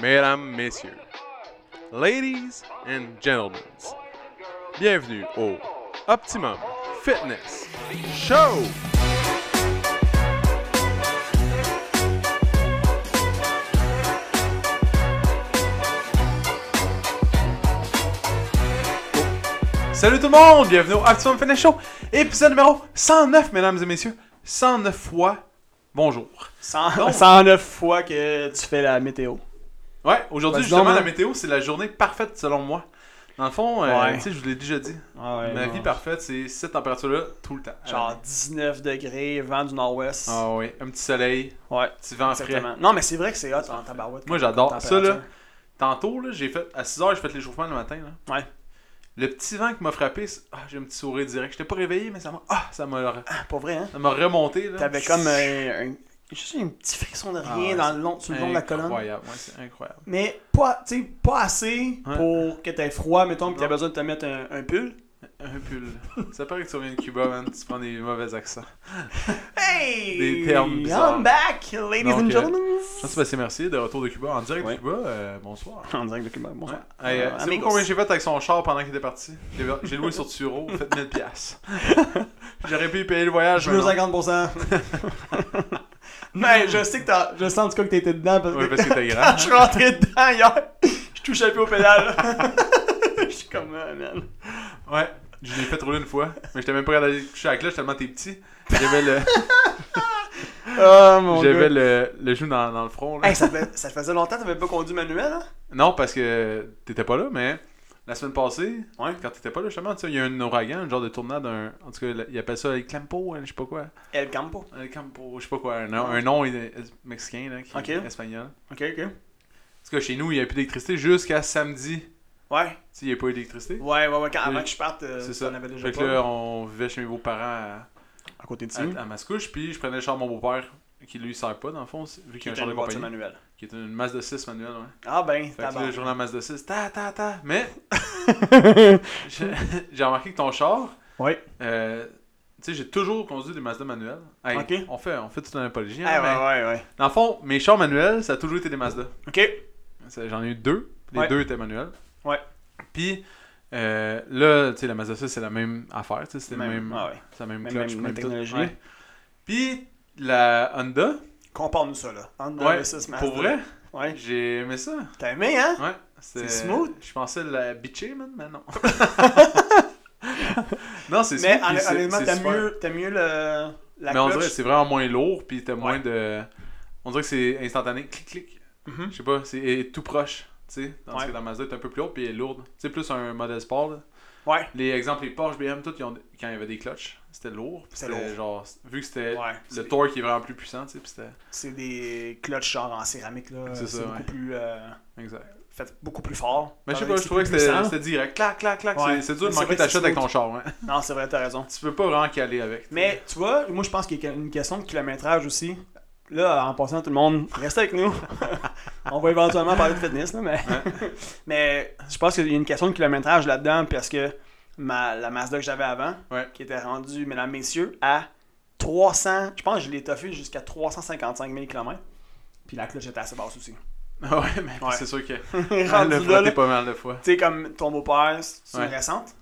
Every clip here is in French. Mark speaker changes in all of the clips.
Speaker 1: mesdames, messieurs, ladies and gentlemen, bienvenue au Optimum Fitness Show! Salut tout le monde, bienvenue au Optimum Fitness Show, épisode numéro 109, mesdames et messieurs, 109 fois bonjour.
Speaker 2: 100 109 fois que tu fais la météo.
Speaker 1: Ouais, aujourd'hui,
Speaker 2: Vas-y
Speaker 1: justement,
Speaker 2: donc,
Speaker 1: la
Speaker 2: hein.
Speaker 1: météo, c'est la journée parfaite selon moi. Dans le fond, euh,
Speaker 2: Ouais.
Speaker 1: tu sais, je vous l'ai déjà dit.
Speaker 2: Ah ouais,
Speaker 1: Ma
Speaker 2: non.
Speaker 1: vie parfaite, c'est cette température-là tout le temps.
Speaker 2: Genre 19 degrés, vent du nord-ouest.
Speaker 1: Ah oui, un petit soleil,
Speaker 2: Ouais,
Speaker 1: petit vent frais.
Speaker 2: exactement. Non, mais c'est vrai que c'est hot en tabarouette.
Speaker 1: Moi, j'adore ça, là.
Speaker 2: Température.
Speaker 1: Tantôt, là, j'ai fait, à 6h, j'ai fait l'échauffement le matin, là.
Speaker 2: Ouais.
Speaker 1: Le petit vent qui m'a frappé, c'est- ah, j'ai un petit sourire direct. J'étais pas réveillé, mais ça m'a, ah, ça m'a,
Speaker 2: Ah, Pas vrai, hein?
Speaker 1: ça m'a remonté, là.
Speaker 2: T'avais comme euh, un, juste un petit frisson de rien
Speaker 1: Ah ouais,
Speaker 2: dans le long, sur le long de la colonne.
Speaker 1: Incroyable, ouais, c'est incroyable.
Speaker 2: Mais pas, tu sais, pas assez
Speaker 1: Ouais.
Speaker 2: pour que t'aies froid, mettons, pis t'as
Speaker 1: Non.
Speaker 2: besoin de te mettre un, un pull.
Speaker 1: Un pull. ça paraît que tu reviens de Cuba, man, tu prends des mauvais accents.
Speaker 2: Hey!
Speaker 1: Des termes bizarres.
Speaker 2: I'm back, ladies
Speaker 1: Donc,
Speaker 2: and
Speaker 1: euh,
Speaker 2: gentlemen!
Speaker 1: Jean-Sébastien Mercier, de retour de Cuba, en direct
Speaker 2: Ouais.
Speaker 1: de Cuba, euh, bonsoir.
Speaker 2: En direct de Cuba,
Speaker 1: Ouais.
Speaker 2: bonsoir.
Speaker 1: Hey,
Speaker 2: Euh,
Speaker 1: euh, savez-vous
Speaker 2: amigos.
Speaker 1: combien j'ai fait avec son char pendant qu'il était parti? J'ai- J'ai loué sur Turo, vous faites 1000 piastres. J'aurais pu y payer le voyage.
Speaker 2: Je
Speaker 1: mais
Speaker 2: veux
Speaker 1: non.
Speaker 2: 50%. mais Ben, je sais que t'as. Je sens en tout cas que t'étais dedans parce que,
Speaker 1: Ouais, parce que t'es
Speaker 2: quand
Speaker 1: grand.
Speaker 2: je suis rentré dedans hier, je touchais plus aux pédales. je suis comme, Ah, man.
Speaker 1: Ouais, je l'ai fait rouler une fois, mais j'étais même pas prêt à aller coucher avec là, tellement t'es petit. J'avais le,
Speaker 2: Oh mon
Speaker 1: j'avais
Speaker 2: dieu.
Speaker 1: le, le genou dans, dans le front. là.
Speaker 2: Hey, ça, fait- ça faisait longtemps que t'avais pas conduit manuel, hein?
Speaker 1: Non, parce que t'étais pas là, mais la semaine passée,
Speaker 2: Ouais.
Speaker 1: quand t'étais pas là, justement, tu sais, il y a eu un ouragan, un genre de tournade, un, en tout cas, il appelle ça el campo, hein, je sais pas quoi.
Speaker 2: El Campo.
Speaker 1: El campo, je sais pas quoi, un nom, un nom euh, mexicain, là, qui
Speaker 2: Ok.
Speaker 1: est espagnol.
Speaker 2: Ok, ok.
Speaker 1: En tout cas, chez nous, il n'y a plus d'électricité jusqu'à samedi.
Speaker 2: Ouais.
Speaker 1: Tu sais, il n'y a pas eu d'électricité.
Speaker 2: Ouais, ouais, ouais. Quand, avant
Speaker 1: Oui.
Speaker 2: que je parte, euh,
Speaker 1: c'est
Speaker 2: t'en
Speaker 1: ça.
Speaker 2: avais déjà
Speaker 1: Fait que
Speaker 2: pas.
Speaker 1: là, on vivait chez mes beaux-parents
Speaker 2: à côté de
Speaker 1: à, à, à Mascouche, puis je prenais le char de mon beau-père, qui lui sert pas, dans le fond, c'est- vu
Speaker 2: Qui
Speaker 1: qu'il a un
Speaker 2: était
Speaker 1: char de
Speaker 2: une voiture
Speaker 1: compagnie,
Speaker 2: manuelle.
Speaker 1: qui est une masse de 6 manuelle, ouais.
Speaker 2: Ah ben,
Speaker 1: Fait que là,
Speaker 2: tabarnak.
Speaker 1: le journal masse de 6, ta ta ta. Mais, j'ai j'ai remarqué que ton char,
Speaker 2: Ouais.
Speaker 1: euh, tu sais, j'ai toujours conduit des Mazda manuelles. Hey,
Speaker 2: Ok.
Speaker 1: on, fait, on fait tout un apologie.
Speaker 2: Eh,
Speaker 1: hein,
Speaker 2: ouais,
Speaker 1: mais
Speaker 2: ouais, ouais.
Speaker 1: Dans le fond, mes chars manuels, ça a toujours été des Mazda.
Speaker 2: Ok.
Speaker 1: Ça, J'en ai eu deux. Les
Speaker 2: Ouais.
Speaker 1: deux étaient manuels.
Speaker 2: Ouais.
Speaker 1: Puis euh, là, tu sais, la Mazda 6, c'est la même affaire. tu sais, C'est le même,
Speaker 2: Ah ouais.
Speaker 1: c'est la même
Speaker 2: Même-
Speaker 1: clutch,
Speaker 2: même
Speaker 1: même tout.
Speaker 2: technologie.
Speaker 1: Ouais. Puis la Honda,
Speaker 2: Compare-nous ça, là. Honda
Speaker 1: Ouais,
Speaker 2: versus Mazda.
Speaker 1: pour vrai,
Speaker 2: Ouais.
Speaker 1: j'ai aimé ça.
Speaker 2: T'as aimé, hein?
Speaker 1: Ouais.
Speaker 2: C'est smooth.
Speaker 1: Je pensais la bitcher, man, mais non. non, c'est smooth.
Speaker 2: Mais
Speaker 1: puis c'est-
Speaker 2: honnêtement,
Speaker 1: c'est
Speaker 2: t'as
Speaker 1: super.
Speaker 2: mieux, t'as mieux le, la
Speaker 1: Mais on
Speaker 2: clutch.
Speaker 1: dirait que c'est vraiment moins lourd, puis t'as moins
Speaker 2: Ouais.
Speaker 1: de. On dirait que c'est instantané. Clic, clic.
Speaker 2: Mhm.
Speaker 1: Je sais pas, c'est est tout proche. Tu sais, tandis
Speaker 2: Ouais.
Speaker 1: que la Mazda est un peu plus haute puis elle est lourde. Tu sais, plus un modèle sport. Là.
Speaker 2: Ouais.
Speaker 1: Les exemples, les Porsche, BM, tout, ils ont- quand il y avait des clutches, c'était lourd. puis
Speaker 2: C'était
Speaker 1: C'était
Speaker 2: lourd.
Speaker 1: genre, vu que c'était
Speaker 2: Ouais.
Speaker 1: le
Speaker 2: C'est-
Speaker 1: torque qui est vraiment plus puissant, tu sais, puis c'était.
Speaker 2: C'est des clutches genre en céramique, là.
Speaker 1: C'est
Speaker 2: C'est
Speaker 1: ça,
Speaker 2: beaucoup
Speaker 1: ouais.
Speaker 2: plus. euh,
Speaker 1: Exact.
Speaker 2: fait beaucoup plus fort.
Speaker 1: Mais je sais
Speaker 2: Tandis
Speaker 1: pas,
Speaker 2: que
Speaker 1: je trouvais que
Speaker 2: c'est plus
Speaker 1: c'était
Speaker 2: puissant.
Speaker 1: c'était direct. Clac, clac, clac.
Speaker 2: Ouais.
Speaker 1: c'est- C'est dur de
Speaker 2: Mais c'est
Speaker 1: manquer
Speaker 2: vrai
Speaker 1: ta
Speaker 2: que c'est
Speaker 1: shot avec ton
Speaker 2: smooth.
Speaker 1: char. hein.
Speaker 2: Non, c'est vrai, t'as raison.
Speaker 1: Tu peux pas vraiment caler avec. tu sais.
Speaker 2: Mais tu vois, moi je pense qu'il y a une question de kilométrage aussi. Là, en passant, tout le monde, restez avec nous. On va éventuellement parler de fitness, là, mais... mais je pense qu'il y a une question de kilométrage là-dedans parce que ma, la Mazda que j'avais avant,
Speaker 1: Ouais.
Speaker 2: qui était rendue, mesdames, messieurs, à 300, je pense que je l'ai étoffée jusqu'à 355 000 km. Puis la cloche était assez basse aussi.
Speaker 1: ouais, mais
Speaker 2: Ouais.
Speaker 1: c'est sûr que. Elle l'a
Speaker 2: Rendu là, là,
Speaker 1: frotté
Speaker 2: tu
Speaker 1: pas mal de fois.
Speaker 2: sais, comme ton beau-père, c'est
Speaker 1: Ouais.
Speaker 2: une récente.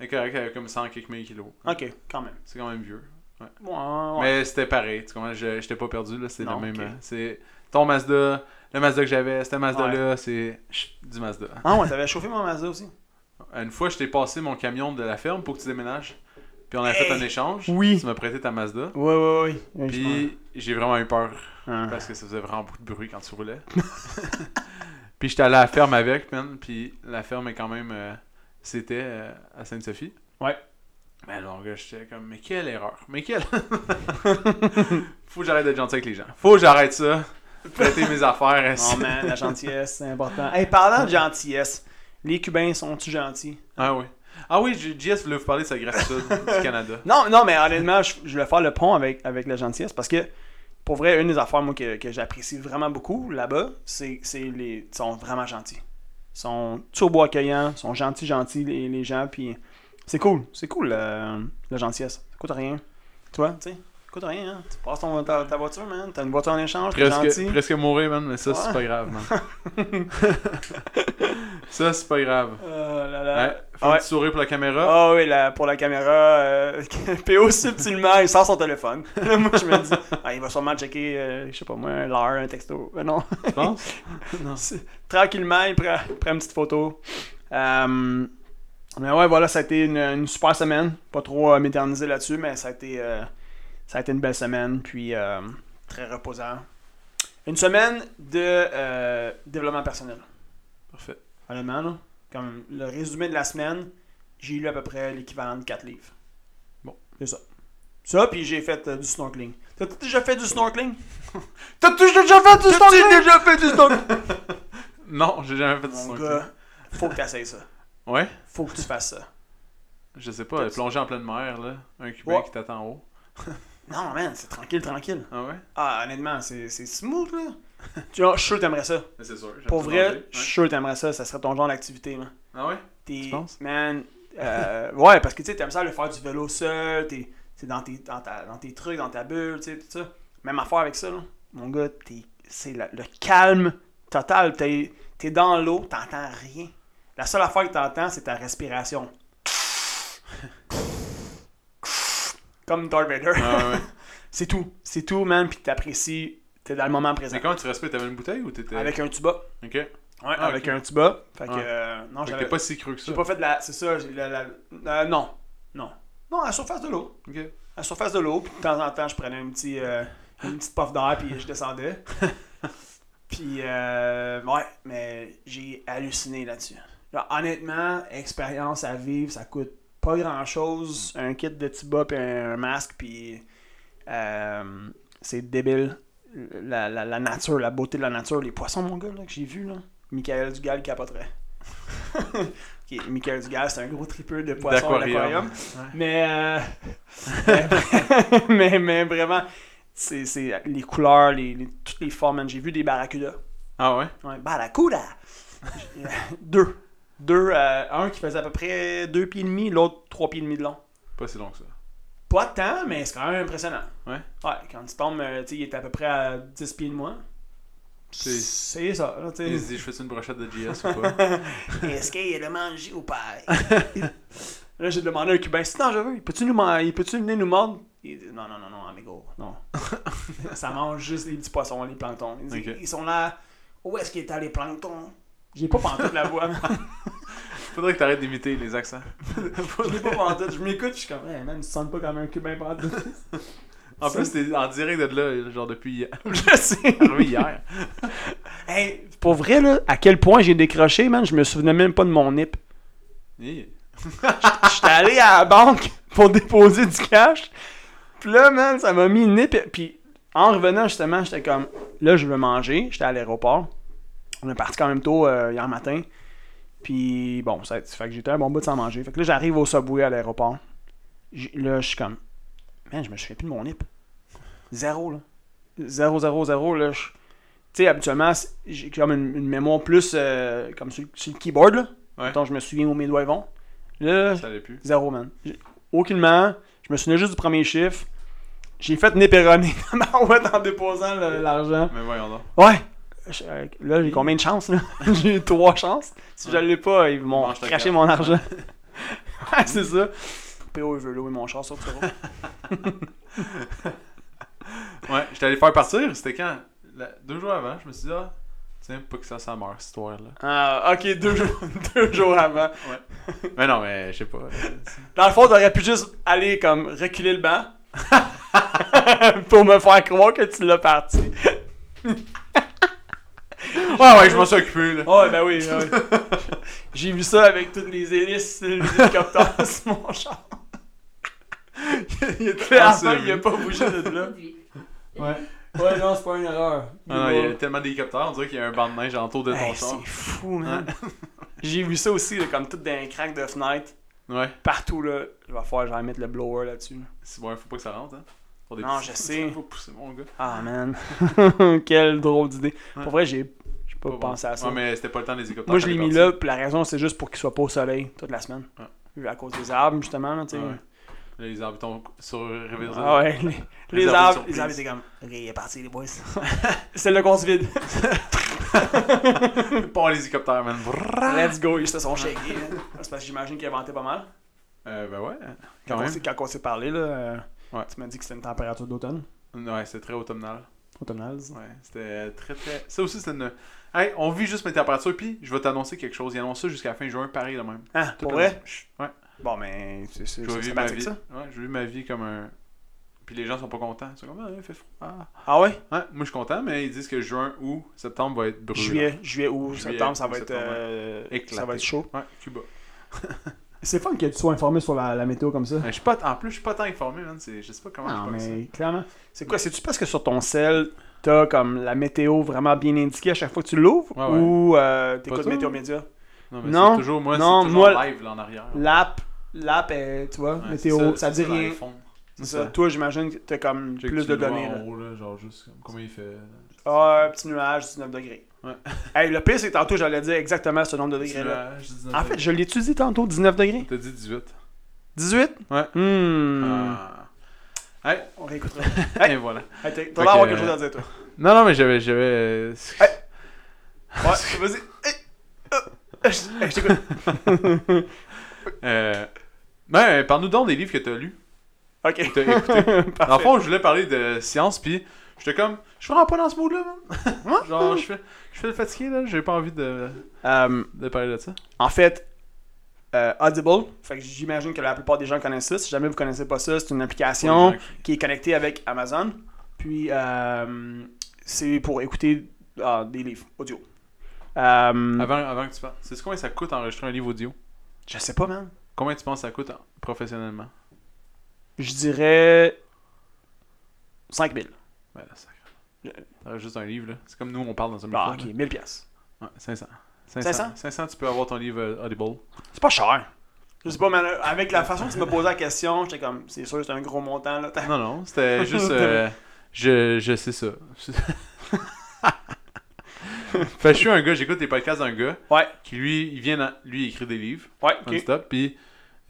Speaker 1: Elle est correcte, elle a comme 100 quelques mille kilos.
Speaker 2: Ok, quand même.
Speaker 1: C'est quand même vieux.
Speaker 2: Ouais, ouais.
Speaker 1: Mais c'était pareil, tu comprends, je j'étais pas perdu là, c'est le
Speaker 2: Non,
Speaker 1: même.
Speaker 2: ok.
Speaker 1: euh, C'est ton Mazda, le Mazda que j'avais, c'était Mazda
Speaker 2: Ouais.
Speaker 1: là, c'est chut, du Mazda.
Speaker 2: Ah ouais, t'avais chauffé mon Mazda aussi.
Speaker 1: Une fois, je t'ai passé mon camion de la ferme pour que tu déménages. Puis on a fait
Speaker 2: Hey!
Speaker 1: un échange.
Speaker 2: Oui.
Speaker 1: Tu m'as prêté ta Mazda.
Speaker 2: Ouais, ouais, ouais.
Speaker 1: Puis j'ai vraiment eu peur
Speaker 2: Ah.
Speaker 1: parce que ça faisait vraiment beaucoup de bruit quand tu roulais. puis j'étais allé à la ferme avec, man. Puis la ferme est quand même. euh, c'était euh, à Sainte-Sophie.
Speaker 2: Ouais.
Speaker 1: Mais alors, gars, j'étais comme, mais quelle erreur. Mais quelle. Faut que j'arrête d'être gentil avec les gens. Faut que j'arrête ça. Prêter mes affaires. est-ce-
Speaker 2: Non, Oh, man, la gentillesse, c'est important. Hey, parlant de gentillesse, les Cubains sont-tu gentils?
Speaker 1: Ah oui. Ah oui, J- JS voulait vous parler de sa gratitude du Canada.
Speaker 2: Non, non, mais honnêtement, je, je vais faire le pont avec, avec la gentillesse parce que, pour vrai, une des affaires moi, que, que j'apprécie vraiment beaucoup là-bas, c'est c'est les. Ils sont vraiment gentils. Ils sont turbo accueillants, ils sont gentils, gentils, les, les gens, puis c'est cool. C'est cool, euh, la gentillesse. Ça coûte rien. Toi, tu sais? coûte rien, hein. Tu passes ton, ta, ta voiture, man. T'as une voiture en échange, t'es
Speaker 1: Presque,
Speaker 2: gentil.
Speaker 1: presque mourir, man, mais ça, c'est
Speaker 2: Ouais.
Speaker 1: pas grave, man. ça, c'est pas grave.
Speaker 2: Oh là là.
Speaker 1: Ouais, fais un
Speaker 2: ouais.
Speaker 1: petit sourire pour la caméra.
Speaker 2: Ah oui, la- pour la caméra, euh, PO subtilement, il sort son téléphone. Là, moi, je me dis, ah, il va sûrement checker, euh, je sais pas moi, l'heure, un texto. Mais non.
Speaker 1: Tu penses? Non.
Speaker 2: C'est- Tranquillement, il prend, il prend une petite photo. Euh, mais ouais, voilà, ça a été une, une super semaine. Pas trop euh, m'éterniser là-dessus, mais ça a, été, euh, ça a été une belle semaine, puis euh, très reposant. Une semaine de euh, développement personnel.
Speaker 1: Parfait.
Speaker 2: Honnêtement, là, comme le résumé de la semaine, j'ai lu à peu près l'équivalent de 4 livres.
Speaker 1: Bon.
Speaker 2: C'est ça. Ça, puis j'ai fait euh, du snorkeling. T'as-tu déjà fait du snorkeling?
Speaker 1: T'as-tu déjà fait du
Speaker 2: snorkeling?
Speaker 1: déjà fait du snorkeling? non, j'ai jamais fait du
Speaker 2: Mon
Speaker 1: snorkeling.
Speaker 2: gars, faut que t'essayes ça.
Speaker 1: Ouais?
Speaker 2: Faut que tu fasses ça.
Speaker 1: Je sais pas,
Speaker 2: T'as-tu-
Speaker 1: plonger en pleine mer, là. Un cubain
Speaker 2: Ouais.
Speaker 1: qui t'attend en haut.
Speaker 2: Non, man, c'est tranquille, tranquille.
Speaker 1: Ah ouais?
Speaker 2: Ah, honnêtement, c'est c'est smooth, là. tu vois, je suis sûr que t'aimerais ça.
Speaker 1: Mais c'est sûr. j'aime
Speaker 2: Pour
Speaker 1: ça
Speaker 2: vrai,
Speaker 1: manger.
Speaker 2: je
Speaker 1: Ouais.
Speaker 2: suis sûr que t'aimerais ça. Ça serait ton genre d'activité, man.
Speaker 1: Ah ouais?
Speaker 2: T'es-
Speaker 1: Tu penses?
Speaker 2: Man, euh, ouais, parce que tu sais, t'aimes ça le faire du vélo seul, t'es t'es dans, tes, dans, ta- dans tes trucs, dans ta bulle, tu sais, tout ça. Même affaire avec ça, là. Mon gars, t'es- c'est la- le calme total. T'es t'es dans l'eau, t'entends rien. La seule affaire que t'entends, c'est ta respiration. Comme Darth Vader.
Speaker 1: Ah ouais.
Speaker 2: C'est tout. C'est tout, man, puis t'apprécies. T'es dans le moment présent.
Speaker 1: Mais comment tu respectes? T'avais une bouteille ou t'étais.
Speaker 2: Avec un tuba.
Speaker 1: Ok. Fait
Speaker 2: Ouais,
Speaker 1: Ah,
Speaker 2: avec
Speaker 1: ok.
Speaker 2: un tuba. Fait que,
Speaker 1: Ouais.
Speaker 2: euh, non,
Speaker 1: que
Speaker 2: j'avais
Speaker 1: t'es pas si cru que ça.
Speaker 2: j'ai pas fait de la. C'est ça, j'ai la. la- euh, non. Non. Non, à la surface de l'eau.
Speaker 1: Ok.
Speaker 2: À la surface de l'eau, puis de temps en temps, je prenais un petit, euh, une petite puff d'air, puis je descendais. puis, euh, ouais, mais j'ai halluciné là-dessus. Là, honnêtement, expérience à vivre, ça coûte pas grand-chose. Un kit de tuba, puis un masque, puis. euh, c'est débile. La, la- la nature, la beauté de la nature, les poissons, mon gars, là, que j'ai vu, là. Michael Dugal capoterait. Ok, Michael Dugal, c'est un gros tripeux de poissons à l'aquarium. Mais, euh, mais, mais, mais vraiment, c'est c'est les couleurs, les, les- toutes les formes. man. J'ai vu des barracudas.
Speaker 1: Ah ouais?
Speaker 2: Ouais, barracuda! J'ai- deux. Deux, euh, un qui faisait à peu près deux pieds et demi, l'autre trois pieds et demi de long.
Speaker 1: Pas si long que ça.
Speaker 2: Pas tant, mais c'est quand même impressionnant.
Speaker 1: Ouais.
Speaker 2: Ouais, quand tu tombes, euh, tu sais, il est à peu près à 10 pieds de moi.
Speaker 1: C'est-
Speaker 2: C'est ça, là, tu
Speaker 1: Il se
Speaker 2: sais.
Speaker 1: dit, je fais une brochette de JS ou pas?
Speaker 2: Est-ce qu'il a mangé ou pas? là, j'ai demandé à un Cubain, c'est dangereux, peux-tu nous man- peux-tu venir nous mordre? Il dit, non, non, non, non, amigo, non. ça mange juste les petits poissons, les planctons. Il dit,
Speaker 1: Ok.
Speaker 2: Ils sont là, où est-ce qu'il est allé, plancton? J'ai pas pantoute la voix.
Speaker 1: Faudrait que t'arrêtes d'imiter les accents.
Speaker 2: J'ai pas pantoute, je m'écoute, puis je suis comme, hey, man, tu sens pas comme un Cubain pantoute.
Speaker 1: En plus, t'es en direct de là, genre depuis hier.
Speaker 2: je sais.
Speaker 1: Arrivé hier.
Speaker 2: Hey, pour vrai, là, à quel point j'ai décroché, man, je me souvenais même pas de mon nip.
Speaker 1: Hi.
Speaker 2: J'étais allé à la banque pour déposer du cash. Puis là, man, ça m'a mis une nip. Puis en revenant, justement, j'étais comme, là, je veux manger. J'étais à l'aéroport. On est parti quand même tôt euh, hier matin. Puis bon, ça ça fait que j'étais un bon bout de sans manger. Fait que là, j'arrive au Subway à l'aéroport. J- Là, je suis comme, man, je me souviens plus de mon nip. Zéro, là. Zéro, zéro, zéro, là. je- Tu sais, habituellement, c'est- j'ai comme une, une mémoire plus euh, comme sur, sur le keyboard, là.
Speaker 1: Ouais.
Speaker 2: Mettons, je me souviens où mes doigts vont. Là,
Speaker 1: Ça allait plus.
Speaker 2: Zéro, man. J'ai- Aucunement. Je me souvenais juste du premier chiffre. J'ai fait népéronner dans ma ouette en déposant le- l'argent.
Speaker 1: Mais voyons donc.
Speaker 2: Ouais. Je- euh, Là, j'ai combien de chances, là? j'ai trois chances. Si je l'ai pas, ils m'ont
Speaker 1: Mange ta
Speaker 2: craché
Speaker 1: carte.
Speaker 2: mon argent. ouais, c'est ça. PO, il veut louer mon char, ça, tu vois.
Speaker 1: Ouais, j'étais allé faire partir, c'était quand La- Deux jours avant, je me suis dit, ah, tiens, pas que ça, ça meurt, cette histoire-là.
Speaker 2: Ah, ok, deux jours, deux jours avant.
Speaker 1: Mais non, mais je sais pas. euh, c'est-
Speaker 2: Dans le fond, t'aurais pu juste aller, comme, reculer le banc. pour me faire croire que tu l'as parti.
Speaker 1: Ah Ouais, ouais, je m'en suis occupé, là.
Speaker 2: Ouais, ben oui, ouais. J'ai vu ça avec toutes les hélices, les hélicoptères sur mon char.
Speaker 1: Ah, Il était
Speaker 2: Clairement,
Speaker 1: ensemble,
Speaker 2: il a pas bougé de là.
Speaker 1: Ouais.
Speaker 2: Ouais, non, c'est pas une erreur.
Speaker 1: Ah non, il y a tellement d'hélicoptères, on dirait qu'il y a un banc de neige autour de ton
Speaker 2: Hey,
Speaker 1: char.
Speaker 2: c'est fou, man. J'ai vu ça aussi, là, comme tout d'un crack de fenêtre.
Speaker 1: Ouais,
Speaker 2: Partout, là. Il va falloir genre mettre le blower là-dessus. là.
Speaker 1: c'est bon, faut pas que ça rentre, hein. Pour des
Speaker 2: Non,
Speaker 1: petits-
Speaker 2: je sais.
Speaker 1: Faut pousser, mon gars.
Speaker 2: Ah, man. Quelle drôle d'idée.
Speaker 1: Ouais.
Speaker 2: Pour vrai, j'ai j'ai pas
Speaker 1: Pas bon.
Speaker 2: pensé à ça.
Speaker 1: Ouais, mais c'était pas le temps des hélicoptères.
Speaker 2: Moi, je
Speaker 1: quand
Speaker 2: l'ai
Speaker 1: t'es
Speaker 2: mis
Speaker 1: parti.
Speaker 2: là, puis la raison, c'est juste pour qu'il soit pas au soleil toute la semaine. À cause des arbres, justement, là, tu sais.
Speaker 1: Ouais. Là, les arbitres ont sur révisé.
Speaker 2: Ah ouais, les, les
Speaker 1: arbitres
Speaker 2: arbres,
Speaker 1: sont
Speaker 2: les
Speaker 1: prises.
Speaker 2: arbres étaient comme, ok, il est parti les boys. Celle-là qu'on se vide.
Speaker 1: Pas l'hélicoptère, man. Brrrr.
Speaker 2: Let's go, ils se sont shakés. hein. C'est parce que j'imagine qu'ils inventaient pas mal.
Speaker 1: Euh, ben ouais, quand
Speaker 2: Quand, on
Speaker 1: même.
Speaker 2: s'est- quand on s'est parlé, là, euh,
Speaker 1: Ouais.
Speaker 2: tu m'as dit que c'était une température d'automne.
Speaker 1: Ouais, c'était très automnal.
Speaker 2: Automnale, ça.
Speaker 1: Ouais, c'était très très. Ça aussi, c'était une. Hey, on vit juste mes températures, puis je vais t'annoncer quelque chose. Ils annoncent ça jusqu'à la fin juin, pareil, là même.
Speaker 2: Ah,
Speaker 1: Tout
Speaker 2: pour
Speaker 1: le-
Speaker 2: vrai?
Speaker 1: Chut, Ouais.
Speaker 2: Bon, mais c'est c'est-
Speaker 1: Je vais
Speaker 2: c'est
Speaker 1: vivre ma
Speaker 2: sympathique,
Speaker 1: vie.
Speaker 2: ça.
Speaker 1: Ouais, je vis ma vie comme un. Puis les gens sont pas contents. Ils sont comme, ah, il fait froid. Ah.
Speaker 2: Ah ouais?
Speaker 1: Ouais, moi, je suis content, mais ils disent que juin ou septembre va être brûlant.
Speaker 2: Juillet, juillet ou
Speaker 1: Juillet,
Speaker 2: septembre, ça va être,
Speaker 1: septembre,
Speaker 2: euh,
Speaker 1: Éclaté.
Speaker 2: ça va être chaud.
Speaker 1: Ouais, Cuba.
Speaker 2: C'est fun que tu sois informé sur la, la météo comme ça.
Speaker 1: Mais Ben, je suis pas t- En plus, je suis pas tant informé, man. C'est- Je sais pas comment
Speaker 2: Non,
Speaker 1: je
Speaker 2: mais clairement. C'est quoi? C'est-tu parce que sur ton sel, t'as comme la météo vraiment bien indiquée à chaque fois que tu l'ouvres?
Speaker 1: Ouais, ouais.
Speaker 2: Ou euh, t'écoutes
Speaker 1: Pas
Speaker 2: Météo
Speaker 1: tout.
Speaker 2: Média?
Speaker 1: Non, mais
Speaker 2: Non,
Speaker 1: c'est toujours, moi,
Speaker 2: non,
Speaker 1: c'est toujours
Speaker 2: moi-
Speaker 1: live, là, en arrière.
Speaker 2: L'app, l'app, est, tu vois,
Speaker 1: Ouais, c'est
Speaker 2: météo, ça,
Speaker 1: c'est
Speaker 2: dit rien.
Speaker 1: dans l'iPhone.
Speaker 2: C'est ça. Toi, j'imagine que t'as comme
Speaker 1: Check,
Speaker 2: plus
Speaker 1: tu
Speaker 2: de
Speaker 1: le vois
Speaker 2: données.
Speaker 1: en
Speaker 2: là.
Speaker 1: haut, là, genre juste comme combien il fait. là.
Speaker 2: Ah, un petit nuage, 19 degrés.
Speaker 1: Ouais.
Speaker 2: Hey, le pire, c'est que tantôt, j'allais dire exactement ce nombre de
Speaker 1: Petit
Speaker 2: degrés-là.
Speaker 1: nuage, 19
Speaker 2: En fait, je l'ai-tu dit tantôt, 19 degrés?
Speaker 1: T'as dit 18.
Speaker 2: 18?
Speaker 1: Ouais.
Speaker 2: Hmm.
Speaker 1: Ah. Hey,
Speaker 2: On réécoutera.
Speaker 1: et voilà.
Speaker 2: hey, t'as-
Speaker 1: Fait
Speaker 2: t'as l'air d'avoir
Speaker 1: que-
Speaker 2: quelque chose à dire, toi.
Speaker 1: Non, non, mais j'avais. euh, j'avais...
Speaker 2: Hey. Ouais, vas-y. Hey. Euh, je- hey, je t'écoute.
Speaker 1: Euh... Ben, parle-nous donc des livres que t'as lus, que
Speaker 2: Ok.
Speaker 1: t'as écoutés. Dans le
Speaker 2: Parfait.
Speaker 1: fond, je voulais parler de science, puis j'étais comme, je suis vraiment pas dans ce mood-là,
Speaker 2: Hein?
Speaker 1: man. Genre, je fais, je fais le fatigué, là, j'ai pas envie de,
Speaker 2: Euh,
Speaker 1: de parler de ça.
Speaker 2: en fait, euh, Audible, fait que j'imagine que la plupart des gens connaissent ça. Si jamais vous connaissez pas ça, c'est une
Speaker 1: Pour
Speaker 2: application.
Speaker 1: les gens qui-
Speaker 2: qui est connecté avec Amazon. Puis, euh, c'est pour écouter ah, des livres audio. Euh,
Speaker 1: Avant, avant que tu parles, c'est combien ça coûte enregistrer un livre audio
Speaker 2: Je sais pas, man.
Speaker 1: Combien tu penses que ça coûte en- professionnellement
Speaker 2: Je dirais 5000.
Speaker 1: Ben là, ça. juste un livre, là. C'est comme nous, on parle dans un micro.
Speaker 2: Ah, ok, 1000 pièces.
Speaker 1: là. Ouais, 500. 500.
Speaker 2: 500?
Speaker 1: 500, tu peux avoir ton livre euh, Audible.
Speaker 2: C'est pas cher. Je sais pas, man. Avec la façon que tu me posais la question, j'étais comme, c'est sûr, c'est un gros montant. Là.
Speaker 1: Non, non, c'était juste. euh, je, je sais ça. fait que je suis un gars, j'écoute les podcasts d'un gars
Speaker 2: Ouais,
Speaker 1: qui, lui, il vient en- lui il écrit des livres
Speaker 2: ouais, ok.
Speaker 1: non-stop, puis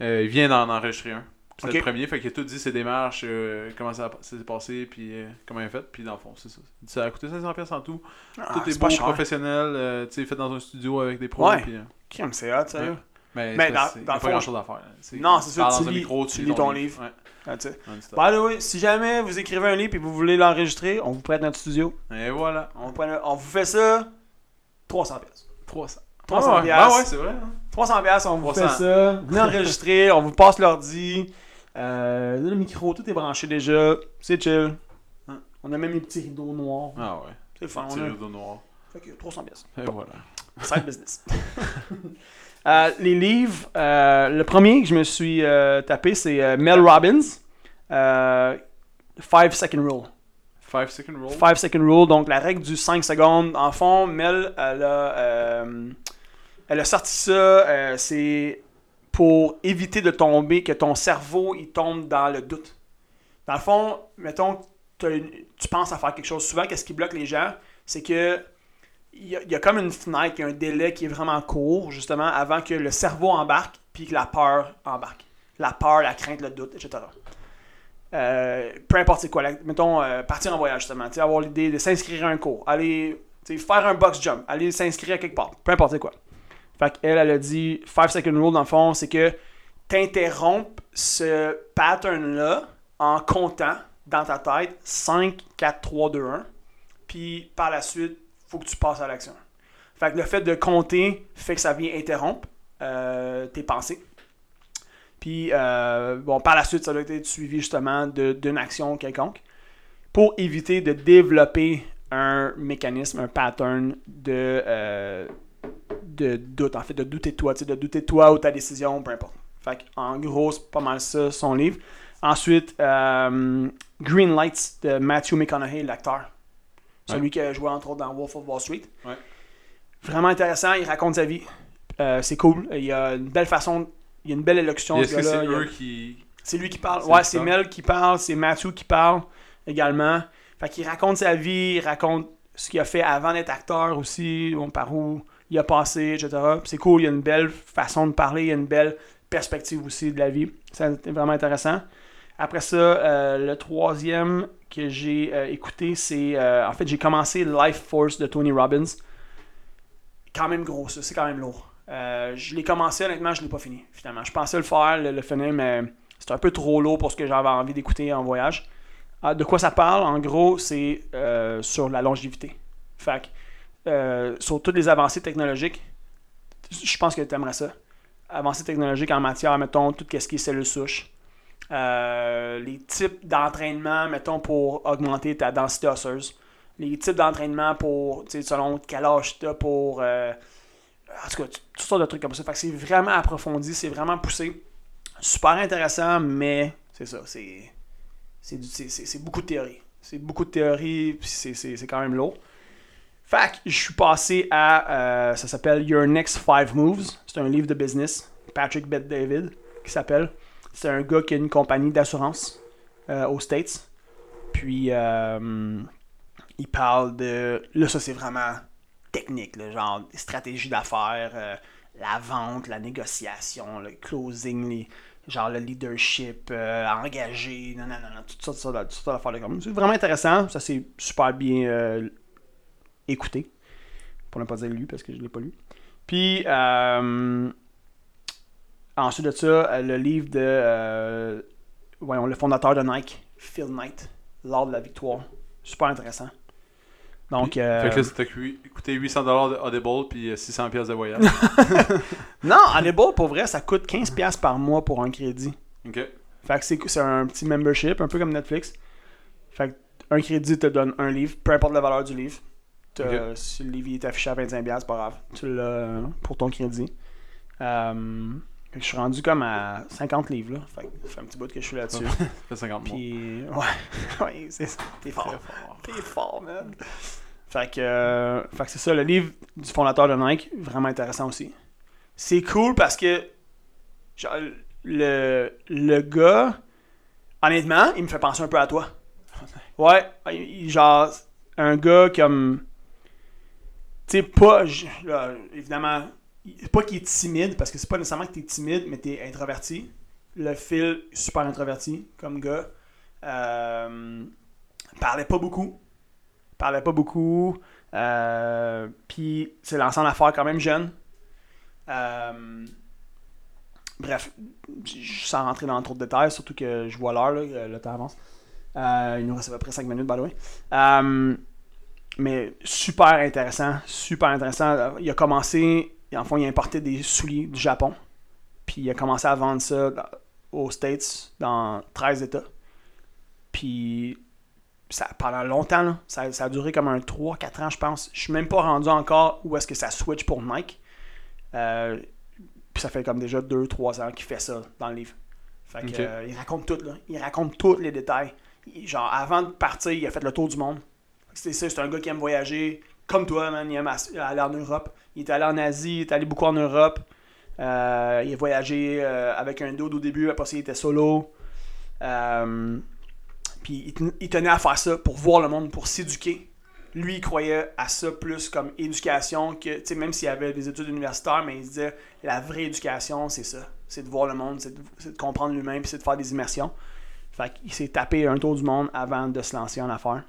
Speaker 1: euh, il vient d'en enregistrer un. Puis C'est
Speaker 2: Ok.
Speaker 1: le premier, fait qu'il a tout dit ses démarches, euh, comment ça a- ça s'est passé, puis euh, comment il a fait, puis dans le fond, c'est ça. Ça a coûté 500$ en tout.
Speaker 2: Ah,
Speaker 1: tout est,
Speaker 2: c'est
Speaker 1: beau,
Speaker 2: pas cher.
Speaker 1: professionnel, euh, tu sais, fait dans un studio avec des pros.
Speaker 2: Ouais.
Speaker 1: puis, euh,
Speaker 2: Crime, C'est hot, sérieux.
Speaker 1: Ouais. mais
Speaker 2: Mais
Speaker 1: c'est
Speaker 2: dans-
Speaker 1: parce que c'est- y a
Speaker 2: dans le
Speaker 1: pas
Speaker 2: fond,
Speaker 1: grand chose à faire. là.
Speaker 2: Non, c'est ça,
Speaker 1: parles
Speaker 2: tu
Speaker 1: dans un
Speaker 2: lis-
Speaker 1: micro,
Speaker 2: tu lis ton livre.
Speaker 1: Ouais,
Speaker 2: Ah, tu sais.
Speaker 1: non-stop.
Speaker 2: By the way, si jamais vous écrivez un livre et vous voulez l'enregistrer, on vous prête notre studio.
Speaker 1: Et voilà,
Speaker 2: On vous, prête notre- on vous fait ça 300 pièces.
Speaker 1: 300.
Speaker 2: 300
Speaker 1: Ah ouais,
Speaker 2: piastres.
Speaker 1: ah ouais, c'est vrai. hein.
Speaker 2: 300 pièces, on vous
Speaker 1: 300.
Speaker 2: fait ça. Venez enregistrer, on vous passe l'ordi. Euh, le micro, tout est branché déjà. C'est chill. Hein. On a même les petits rideaux noirs.
Speaker 1: Ah ouais,
Speaker 2: C'est le fun.
Speaker 1: petit
Speaker 2: on a-
Speaker 1: rideau noir.
Speaker 2: Fait que 300 pièces.
Speaker 1: Et voilà.
Speaker 2: Side business. Euh, les livres, euh, le premier que je me suis euh, tapé, c'est euh, Mel Robbins. euh, Five second rule.
Speaker 1: 5 second roll.
Speaker 2: 5 second rule, donc la règle du 5 secondes. En fond, Mel, elle a, euh, elle a sorti ça, euh, c'est pour éviter de tomber, que ton cerveau il tombe dans le doute. Dans le fond, mettons, t'as une- tu penses à faire quelque chose. Souvent, qu'est-ce qui bloque les gens, c'est que il y, a- il y a comme une fenêtre, il y a un délai qui est vraiment court, justement, avant que le cerveau embarque, puis que la peur embarque. La peur, la crainte, le doute, etc. Euh, peu importe c'est quoi, la- mettons euh, partir en voyage justement, tu sais, avoir l'idée de s'inscrire à un cours, aller tu sais, faire un box jump, aller s'inscrire à quelque part, peu importe c'est quoi. Fait qu'elle, elle a dit 5 second rule dans le fond, c'est que t'interrompes ce pattern-là en comptant dans ta tête 5, 4, 3, 2, 1, puis par la suite, faut que tu passes à l'action. Fait que le fait de compter fait que ça vient interrompre euh, tes pensées. Puis, euh, bon, par la suite, ça doit être suivi justement de- d'une action quelconque pour éviter de développer un mécanisme, un pattern de, euh, de doute, en fait, de douter de toi, tu sais, de douter de toi ou de ta décision, peu importe. Fait que, en gros, c'est pas mal ça, son livre. Ensuite, euh, Green Lights de Matthew McConaughey, l'acteur. Celui qui a joué entre autres dans Wolf of Wall Street.
Speaker 1: Ouais.
Speaker 2: Vraiment intéressant, il raconte sa vie. Euh, c'est cool. Il a une belle façon, il a une belle élocution.
Speaker 1: Et Est-ce
Speaker 2: ce
Speaker 1: que
Speaker 2: gars-là.
Speaker 1: c'est
Speaker 2: Il a-
Speaker 1: eux qui.
Speaker 2: c'est lui qui parle.
Speaker 1: C'est
Speaker 2: Ouais,
Speaker 1: lui qui
Speaker 2: c'est
Speaker 1: parle.
Speaker 2: Mel qui parle, c'est Mathieu qui parle également. Fait qu'il raconte sa vie, il raconte ce qu'il a fait avant d'être acteur aussi, bon, par où il a passé, etc. C'est cool, il y a une belle façon de parler, il y a une belle perspective aussi de la vie. C'est vraiment intéressant. Après ça, euh, le troisième que j'ai euh, écouté, c'est. euh, en fait, j'ai commencé Life Force de Tony Robbins. Quand même gros, ça. C'est quand même lourd. Euh, je l'ai commencé, honnêtement, je ne l'ai pas fini, finalement. Je pensais le faire, le, le finir, mais c'était un peu trop lourd pour ce que j'avais envie d'écouter en voyage. Ah, de quoi ça parle, en gros, c'est euh, sur la longévité. Fait que, euh, sur toutes les avancées technologiques, je pense que tu aimerais ça. Avancées technologiques en matière, mettons, tout ce qui est cellules souches. Euh, les types d'entraînement, mettons, pour augmenter ta densité osseuse. Les types d'entraînement pour, tu sais, selon quel âge tu pour. euh, en tout cas, tu- toutes sortes de trucs comme ça. Fait que c'est vraiment approfondi, c'est vraiment poussé. Super intéressant, mais c'est ça, c'est. C'est du- c'est- c'est- c'est beaucoup de théorie. C'est beaucoup de théorie, puis c'est- c'est c'est quand même lourd. Fait que je suis passé à. euh, ça s'appelle Your Next Five Moves. C'est un livre de business. Patrick Bet David, qui s'appelle. C'est un gars qui a une compagnie d'assurance euh, aux States. Puis, euh, il parle de. Là, ça, c'est vraiment technique, là, genre stratégie d'affaires, euh, la vente, la négociation, le closing, les- genre le leadership, euh, engagé, non, non, non, non, toutes sortes, toutes sortes- toutes sortes d'affaires. là, comme- C'est vraiment intéressant. Ça, c'est super bien euh, écouté. Pour ne pas dire lu, parce que je ne l'ai pas lu. Puis, euh, ensuite de ça, euh, le livre de. euh, voyons, le fondateur de Nike, Phil Knight, L'art de la victoire. Super intéressant. Donc. euh,
Speaker 1: Fait que là, c'était cu- coûté 800$ de Audible puis euh, 600$ de voyage.
Speaker 2: Non, Audible, pour vrai, ça coûte 15$ par mois pour un crédit.
Speaker 1: ok.
Speaker 2: Fait que c'est, c'est un petit membership, un peu comme Netflix. Fait que un crédit te donne un livre, peu importe la valeur du livre. T'as- Si le livre il est affiché à 25$, c'est pas grave. Tu l'as pour ton crédit. Euh, fait que je suis rendu comme à 50 livres, là. Fait que ça fait un petit bout que je suis là-dessus.
Speaker 1: Ça fait 50 mois.
Speaker 2: Puis, ouais, ouais c'est ça. T'es fort. T'es fort, man. Fait que, euh, fait que c'est ça, le livre du fondateur de Nike, vraiment intéressant aussi. C'est cool parce que genre, le, le gars, honnêtement, il me fait penser un peu à toi. Ouais, il- il- genre, un gars comme. Tu sais, pas. j- là, évidemment, il- pas qu'il est timide, parce que c'est pas nécessairement que t'es timide, mais t'es introverti. Le Phil, super introverti comme gars. Euh, parlait pas beaucoup. Parlait pas beaucoup. Euh, Puis c'est l'ensemble d'affaires quand même jeune. Euh, bref, j- j- sans rentrer dans trop de détails, surtout que je vois l'heure, là, euh, le temps avance. Euh, il nous reste à peu près 5 minutes, by the way. Euh, mais super intéressant, super intéressant. Il a commencé, en fond, il a importé des souliers du Japon. Puis il a commencé à vendre ça dans- aux States, dans 13 États. Puis ça, pendant longtemps, là, ça, ça a duré comme un 3-4 ans, je pense. Je suis même pas rendu encore où est-ce que ça switch pour Nike. Euh, puis ça fait comme déjà 2-3 ans qu'il fait ça dans le livre. Fait que,
Speaker 1: Ok.
Speaker 2: euh, il raconte tout, là. Il raconte tous les détails. Il- genre, avant de partir, il a fait le tour du monde. C'est ça, c'est un gars qui aime voyager. Comme toi, man, il aime ass- aller en Europe. Il est allé en Asie, il est allé beaucoup en Europe. Euh, il a voyagé euh, avec un dude au début, après ça, il était solo. Euh, puis il ten- il tenait à faire ça pour voir le monde, pour s'éduquer. Lui, il croyait à ça plus comme éducation que, tu sais, même s'il avait des études universitaires, mais il se disait, la vraie éducation, c'est ça. C'est de voir le monde, c'est de, c'est de comprendre l'humain, puis c'est de faire des immersions. Fait qu'il s'est tapé un tour du monde avant de se lancer en affaires.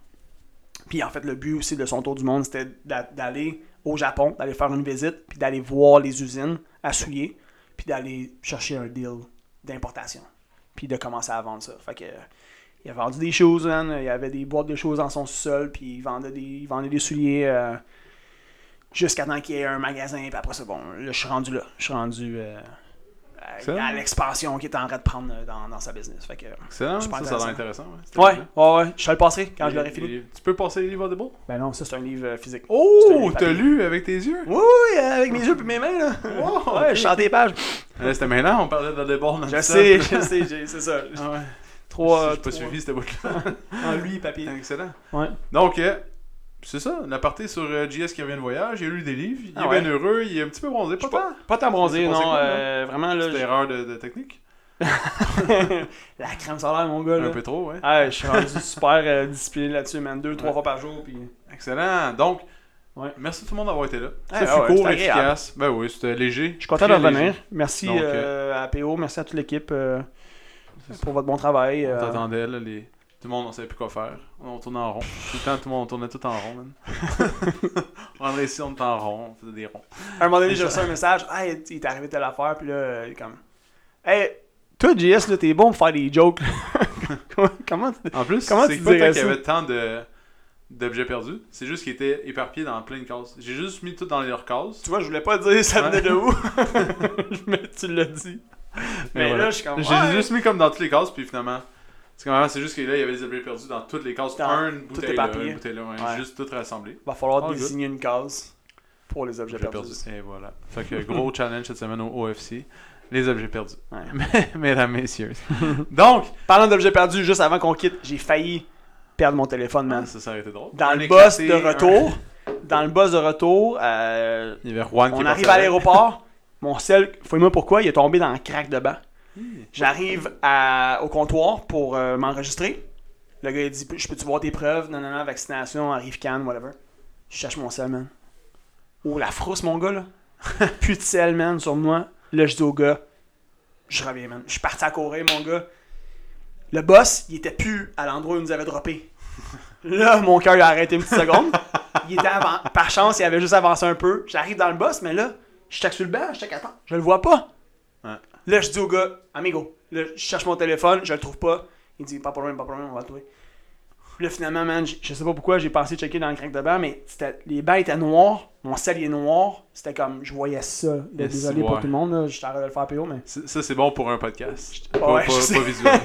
Speaker 2: Puis en fait, le but aussi de son tour du monde, c'était d'a- d'aller au Japon, d'aller faire une visite, puis d'aller voir les usines à souliers, puis d'aller chercher un deal d'importation, puis de commencer à vendre ça. Fait que, il a vendu des choses, man. il avait des boîtes de choses dans son sous-sol, puis il vendait des, il vendait des souliers euh, jusqu'à temps qu'il y ait un magasin, puis après c'est bon, là, je suis rendu là, je suis rendu euh, à-
Speaker 1: Excellent.
Speaker 2: à l'expansion qu'il est en train de prendre euh, dans, dans sa business. Fait que,
Speaker 1: Excellent.
Speaker 2: Super
Speaker 1: Ça, ça a l'air intéressant. C'était
Speaker 2: Ouais,
Speaker 1: bien.
Speaker 2: ouais, ouais. Je te le passerai quand je
Speaker 1: Et-
Speaker 2: l'aurai fini.
Speaker 1: et- Tu peux passer les livres Audible?
Speaker 2: Ben non, ça c'est un livre euh, physique. C'est un
Speaker 1: Oh!
Speaker 2: livre
Speaker 1: T'as
Speaker 2: papier.
Speaker 1: lu avec tes yeux?
Speaker 2: Oui, oui, euh, avec mes yeux et mes mains, là.
Speaker 1: Wow, ok.
Speaker 2: ouais, je chante des pages.
Speaker 1: Là, Eh, c'était maintenant, on parlait d'Audible. dans
Speaker 2: Oh, Je
Speaker 1: le
Speaker 2: sais,
Speaker 1: set.
Speaker 2: je sais, j'ai- c'est ça.
Speaker 1: Ah ouais.
Speaker 2: Trois.
Speaker 1: J'ai pas
Speaker 2: trois-
Speaker 1: suivi cette boîte-là.
Speaker 2: En lui, papier.
Speaker 1: Excellent.
Speaker 2: Ouais.
Speaker 1: Donc, euh, c'est ça, la partie sur euh, JS qui revient de voyage, il a lu des livres, il
Speaker 2: Ah
Speaker 1: est
Speaker 2: ouais.
Speaker 1: bien heureux, il est un petit peu bronzé, pas tant.
Speaker 2: Pas tant bronzé,
Speaker 1: C'est passé
Speaker 2: non.
Speaker 1: quoi,
Speaker 2: euh, vraiment, là.
Speaker 1: Petite erreur de, de technique.
Speaker 2: je- La crème solaire, mon gars, là.
Speaker 1: Un peu trop, ouais.
Speaker 2: Ah, je suis rendu super euh, discipliné là-dessus, man. Deux, trois fois par jour, puis.
Speaker 1: Excellent. Donc,
Speaker 2: Ouais.
Speaker 1: merci tout le monde d'avoir été là.
Speaker 2: Ah,
Speaker 1: Ça
Speaker 2: ah
Speaker 1: fut
Speaker 2: ouais,
Speaker 1: court,
Speaker 2: c'était agréable.
Speaker 1: efficace. Ben oui, c'était léger.
Speaker 2: Je suis content de
Speaker 1: Très
Speaker 2: revenir.
Speaker 1: léger.
Speaker 2: Merci
Speaker 1: Donc,
Speaker 2: euh, à PO, merci à toute l'équipe. euh,
Speaker 1: c'est ça.
Speaker 2: pour votre bon travail.
Speaker 1: On
Speaker 2: euh,
Speaker 1: t'attendait, là, les... tout le monde, on savait plus quoi faire. On tournait en rond. Tout le temps, tout le monde, on tournait tout en rond, man. on rentrait ici, on était en rond, on faisait des ronds.
Speaker 2: À un moment donné, j'ai reçu un message. Hey, il t'est arrivé telle affaire. Puis là, euh, comme. Hey, toi, JS, là, t'es bon pour faire des jokes. comment, comment tu-
Speaker 1: En plus,
Speaker 2: Comment
Speaker 1: c'est
Speaker 2: tu
Speaker 1: pas tant
Speaker 2: dirais
Speaker 1: qu'il y
Speaker 2: ça?
Speaker 1: avait tant de... d'objets perdus, c'est juste qu'ils étaient éparpillés dans plein de cases. J'ai juste mis tout dans leurs cases.
Speaker 2: Tu vois, je voulais pas dire ça venait
Speaker 1: Ouais.
Speaker 2: de où. Je- Mais tu l'as dit. Mais,
Speaker 1: Mais voilà.
Speaker 2: là, je suis comme.
Speaker 1: J'ai
Speaker 2: ouais,
Speaker 1: juste mis comme dans toutes les cases, puis finalement. C'est quand même, c'est juste que là, il y avait des objets perdus dans toutes les cases.
Speaker 2: Dans
Speaker 1: un,
Speaker 2: tout
Speaker 1: une bouteille
Speaker 2: les
Speaker 1: là,
Speaker 2: papiers.
Speaker 1: une bouteille là, ouais,
Speaker 2: Ouais.
Speaker 1: juste tout rassemblé.
Speaker 2: Va falloir
Speaker 1: Oh, good.
Speaker 2: désigner une case pour les objets
Speaker 1: Objets
Speaker 2: perdus.
Speaker 1: perdus. Et voilà. Fait que gros challenge cette semaine au OFC. Les objets perdus.
Speaker 2: Ouais.
Speaker 1: Mais- Mesdames, messieurs. Donc,
Speaker 2: Parlant d'objets perdus, juste avant qu'on quitte, j'ai failli perdre mon téléphone, man.
Speaker 1: ça, ça aurait été drôle.
Speaker 2: Dans
Speaker 1: Un
Speaker 2: le
Speaker 1: éclaté,
Speaker 2: bus de
Speaker 1: un-
Speaker 2: retour, dans le bus de retour, euh,
Speaker 1: Il y avait Juan qui
Speaker 2: on
Speaker 1: est
Speaker 2: arrive
Speaker 1: parti
Speaker 2: à
Speaker 1: avec.
Speaker 2: l'aéroport. Mon sel, fouille-moi pourquoi, il est tombé dans le crack de banc.
Speaker 1: Hmm.
Speaker 2: J'arrive à- au comptoir pour euh, m'enregistrer. Le gars, il dit Je peux-tu voir tes preuves Non, non, non, vaccination, arrive Cannes, whatever. Je cherche mon sel, man. Oh, la frousse, mon gars, là. Plus de sel, man, sur moi. Là, je dis au gars Je reviens, man. Je suis parti à courir, mon gars. Le boss, il était plus à l'endroit où il nous avait droppé. Là, mon cœur il a arrêté une petite seconde. Il était avant... Par chance, il avait juste avancé un peu. J'arrive dans le boss, mais là, je tac sur le banc, je tac à terre. Je le vois pas.
Speaker 1: Ouais.
Speaker 2: Là, je dis au gars, amigo, là, je cherche mon téléphone, je le trouve pas. Il dit, pas de problème, pas de problème, on va le trouver. Puis là, finalement, man, j- je sais pas pourquoi, j'ai pensé checker dans le crack de bain, mais c'était- les bains étaient noirs, mon sel il est noir. C'était comme, je voyais ça. Là,
Speaker 1: Yes,
Speaker 2: Désolé
Speaker 1: ouais.
Speaker 2: pour tout le monde, là, je t'arrête de le faire PO, mais
Speaker 1: C'est- Ça, c'est bon pour un podcast.
Speaker 2: Ouais,
Speaker 1: Pas, pas-
Speaker 2: je sais.
Speaker 1: pas visuel.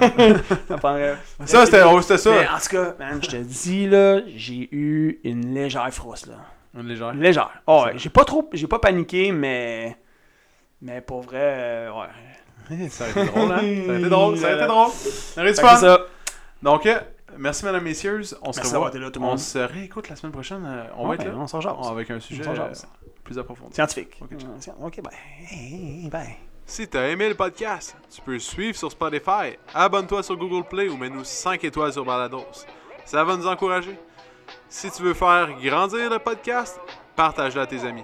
Speaker 2: ça prendrait.
Speaker 1: ça, c'était oh, c'était
Speaker 2: Mais
Speaker 1: ça.
Speaker 2: en tout cas, man, je te dis, là, j'ai eu une légère frousse, là.
Speaker 1: Une légère.
Speaker 2: Légère. Oh, ouais, j'ai pas trop, j'ai pas paniqué, mais. Mais pour vrai, euh, ouais.
Speaker 1: Ça aurait été drôle, hein? Ça aurait été drôle, ça aurait été drôle. Ça aurait été
Speaker 2: Fait que
Speaker 1: fun.
Speaker 2: c'est ça.
Speaker 1: Donc, euh, merci, mesdames, messieurs. On se
Speaker 2: Merci
Speaker 1: revoit.
Speaker 2: d'avoir été là, tout le
Speaker 1: on
Speaker 2: monde.
Speaker 1: se réécoute la semaine prochaine. euh, on
Speaker 2: Ouais,
Speaker 1: va être là.
Speaker 2: On s'en jase.
Speaker 1: Avec un sujet
Speaker 2: On s'en jase.
Speaker 1: euh, plus approfondi.
Speaker 2: Scientifique.
Speaker 1: Ok,
Speaker 2: Euh, scien- Ok, bye. Hey, ben. hey, bye.
Speaker 1: Si t'as aimé le podcast, tu peux le suivre sur Spotify, abonne-toi sur Google Play ou mets-nous 5 étoiles sur Balados. Ça va nous encourager. Si tu veux faire grandir le podcast, partage-le à tes amis.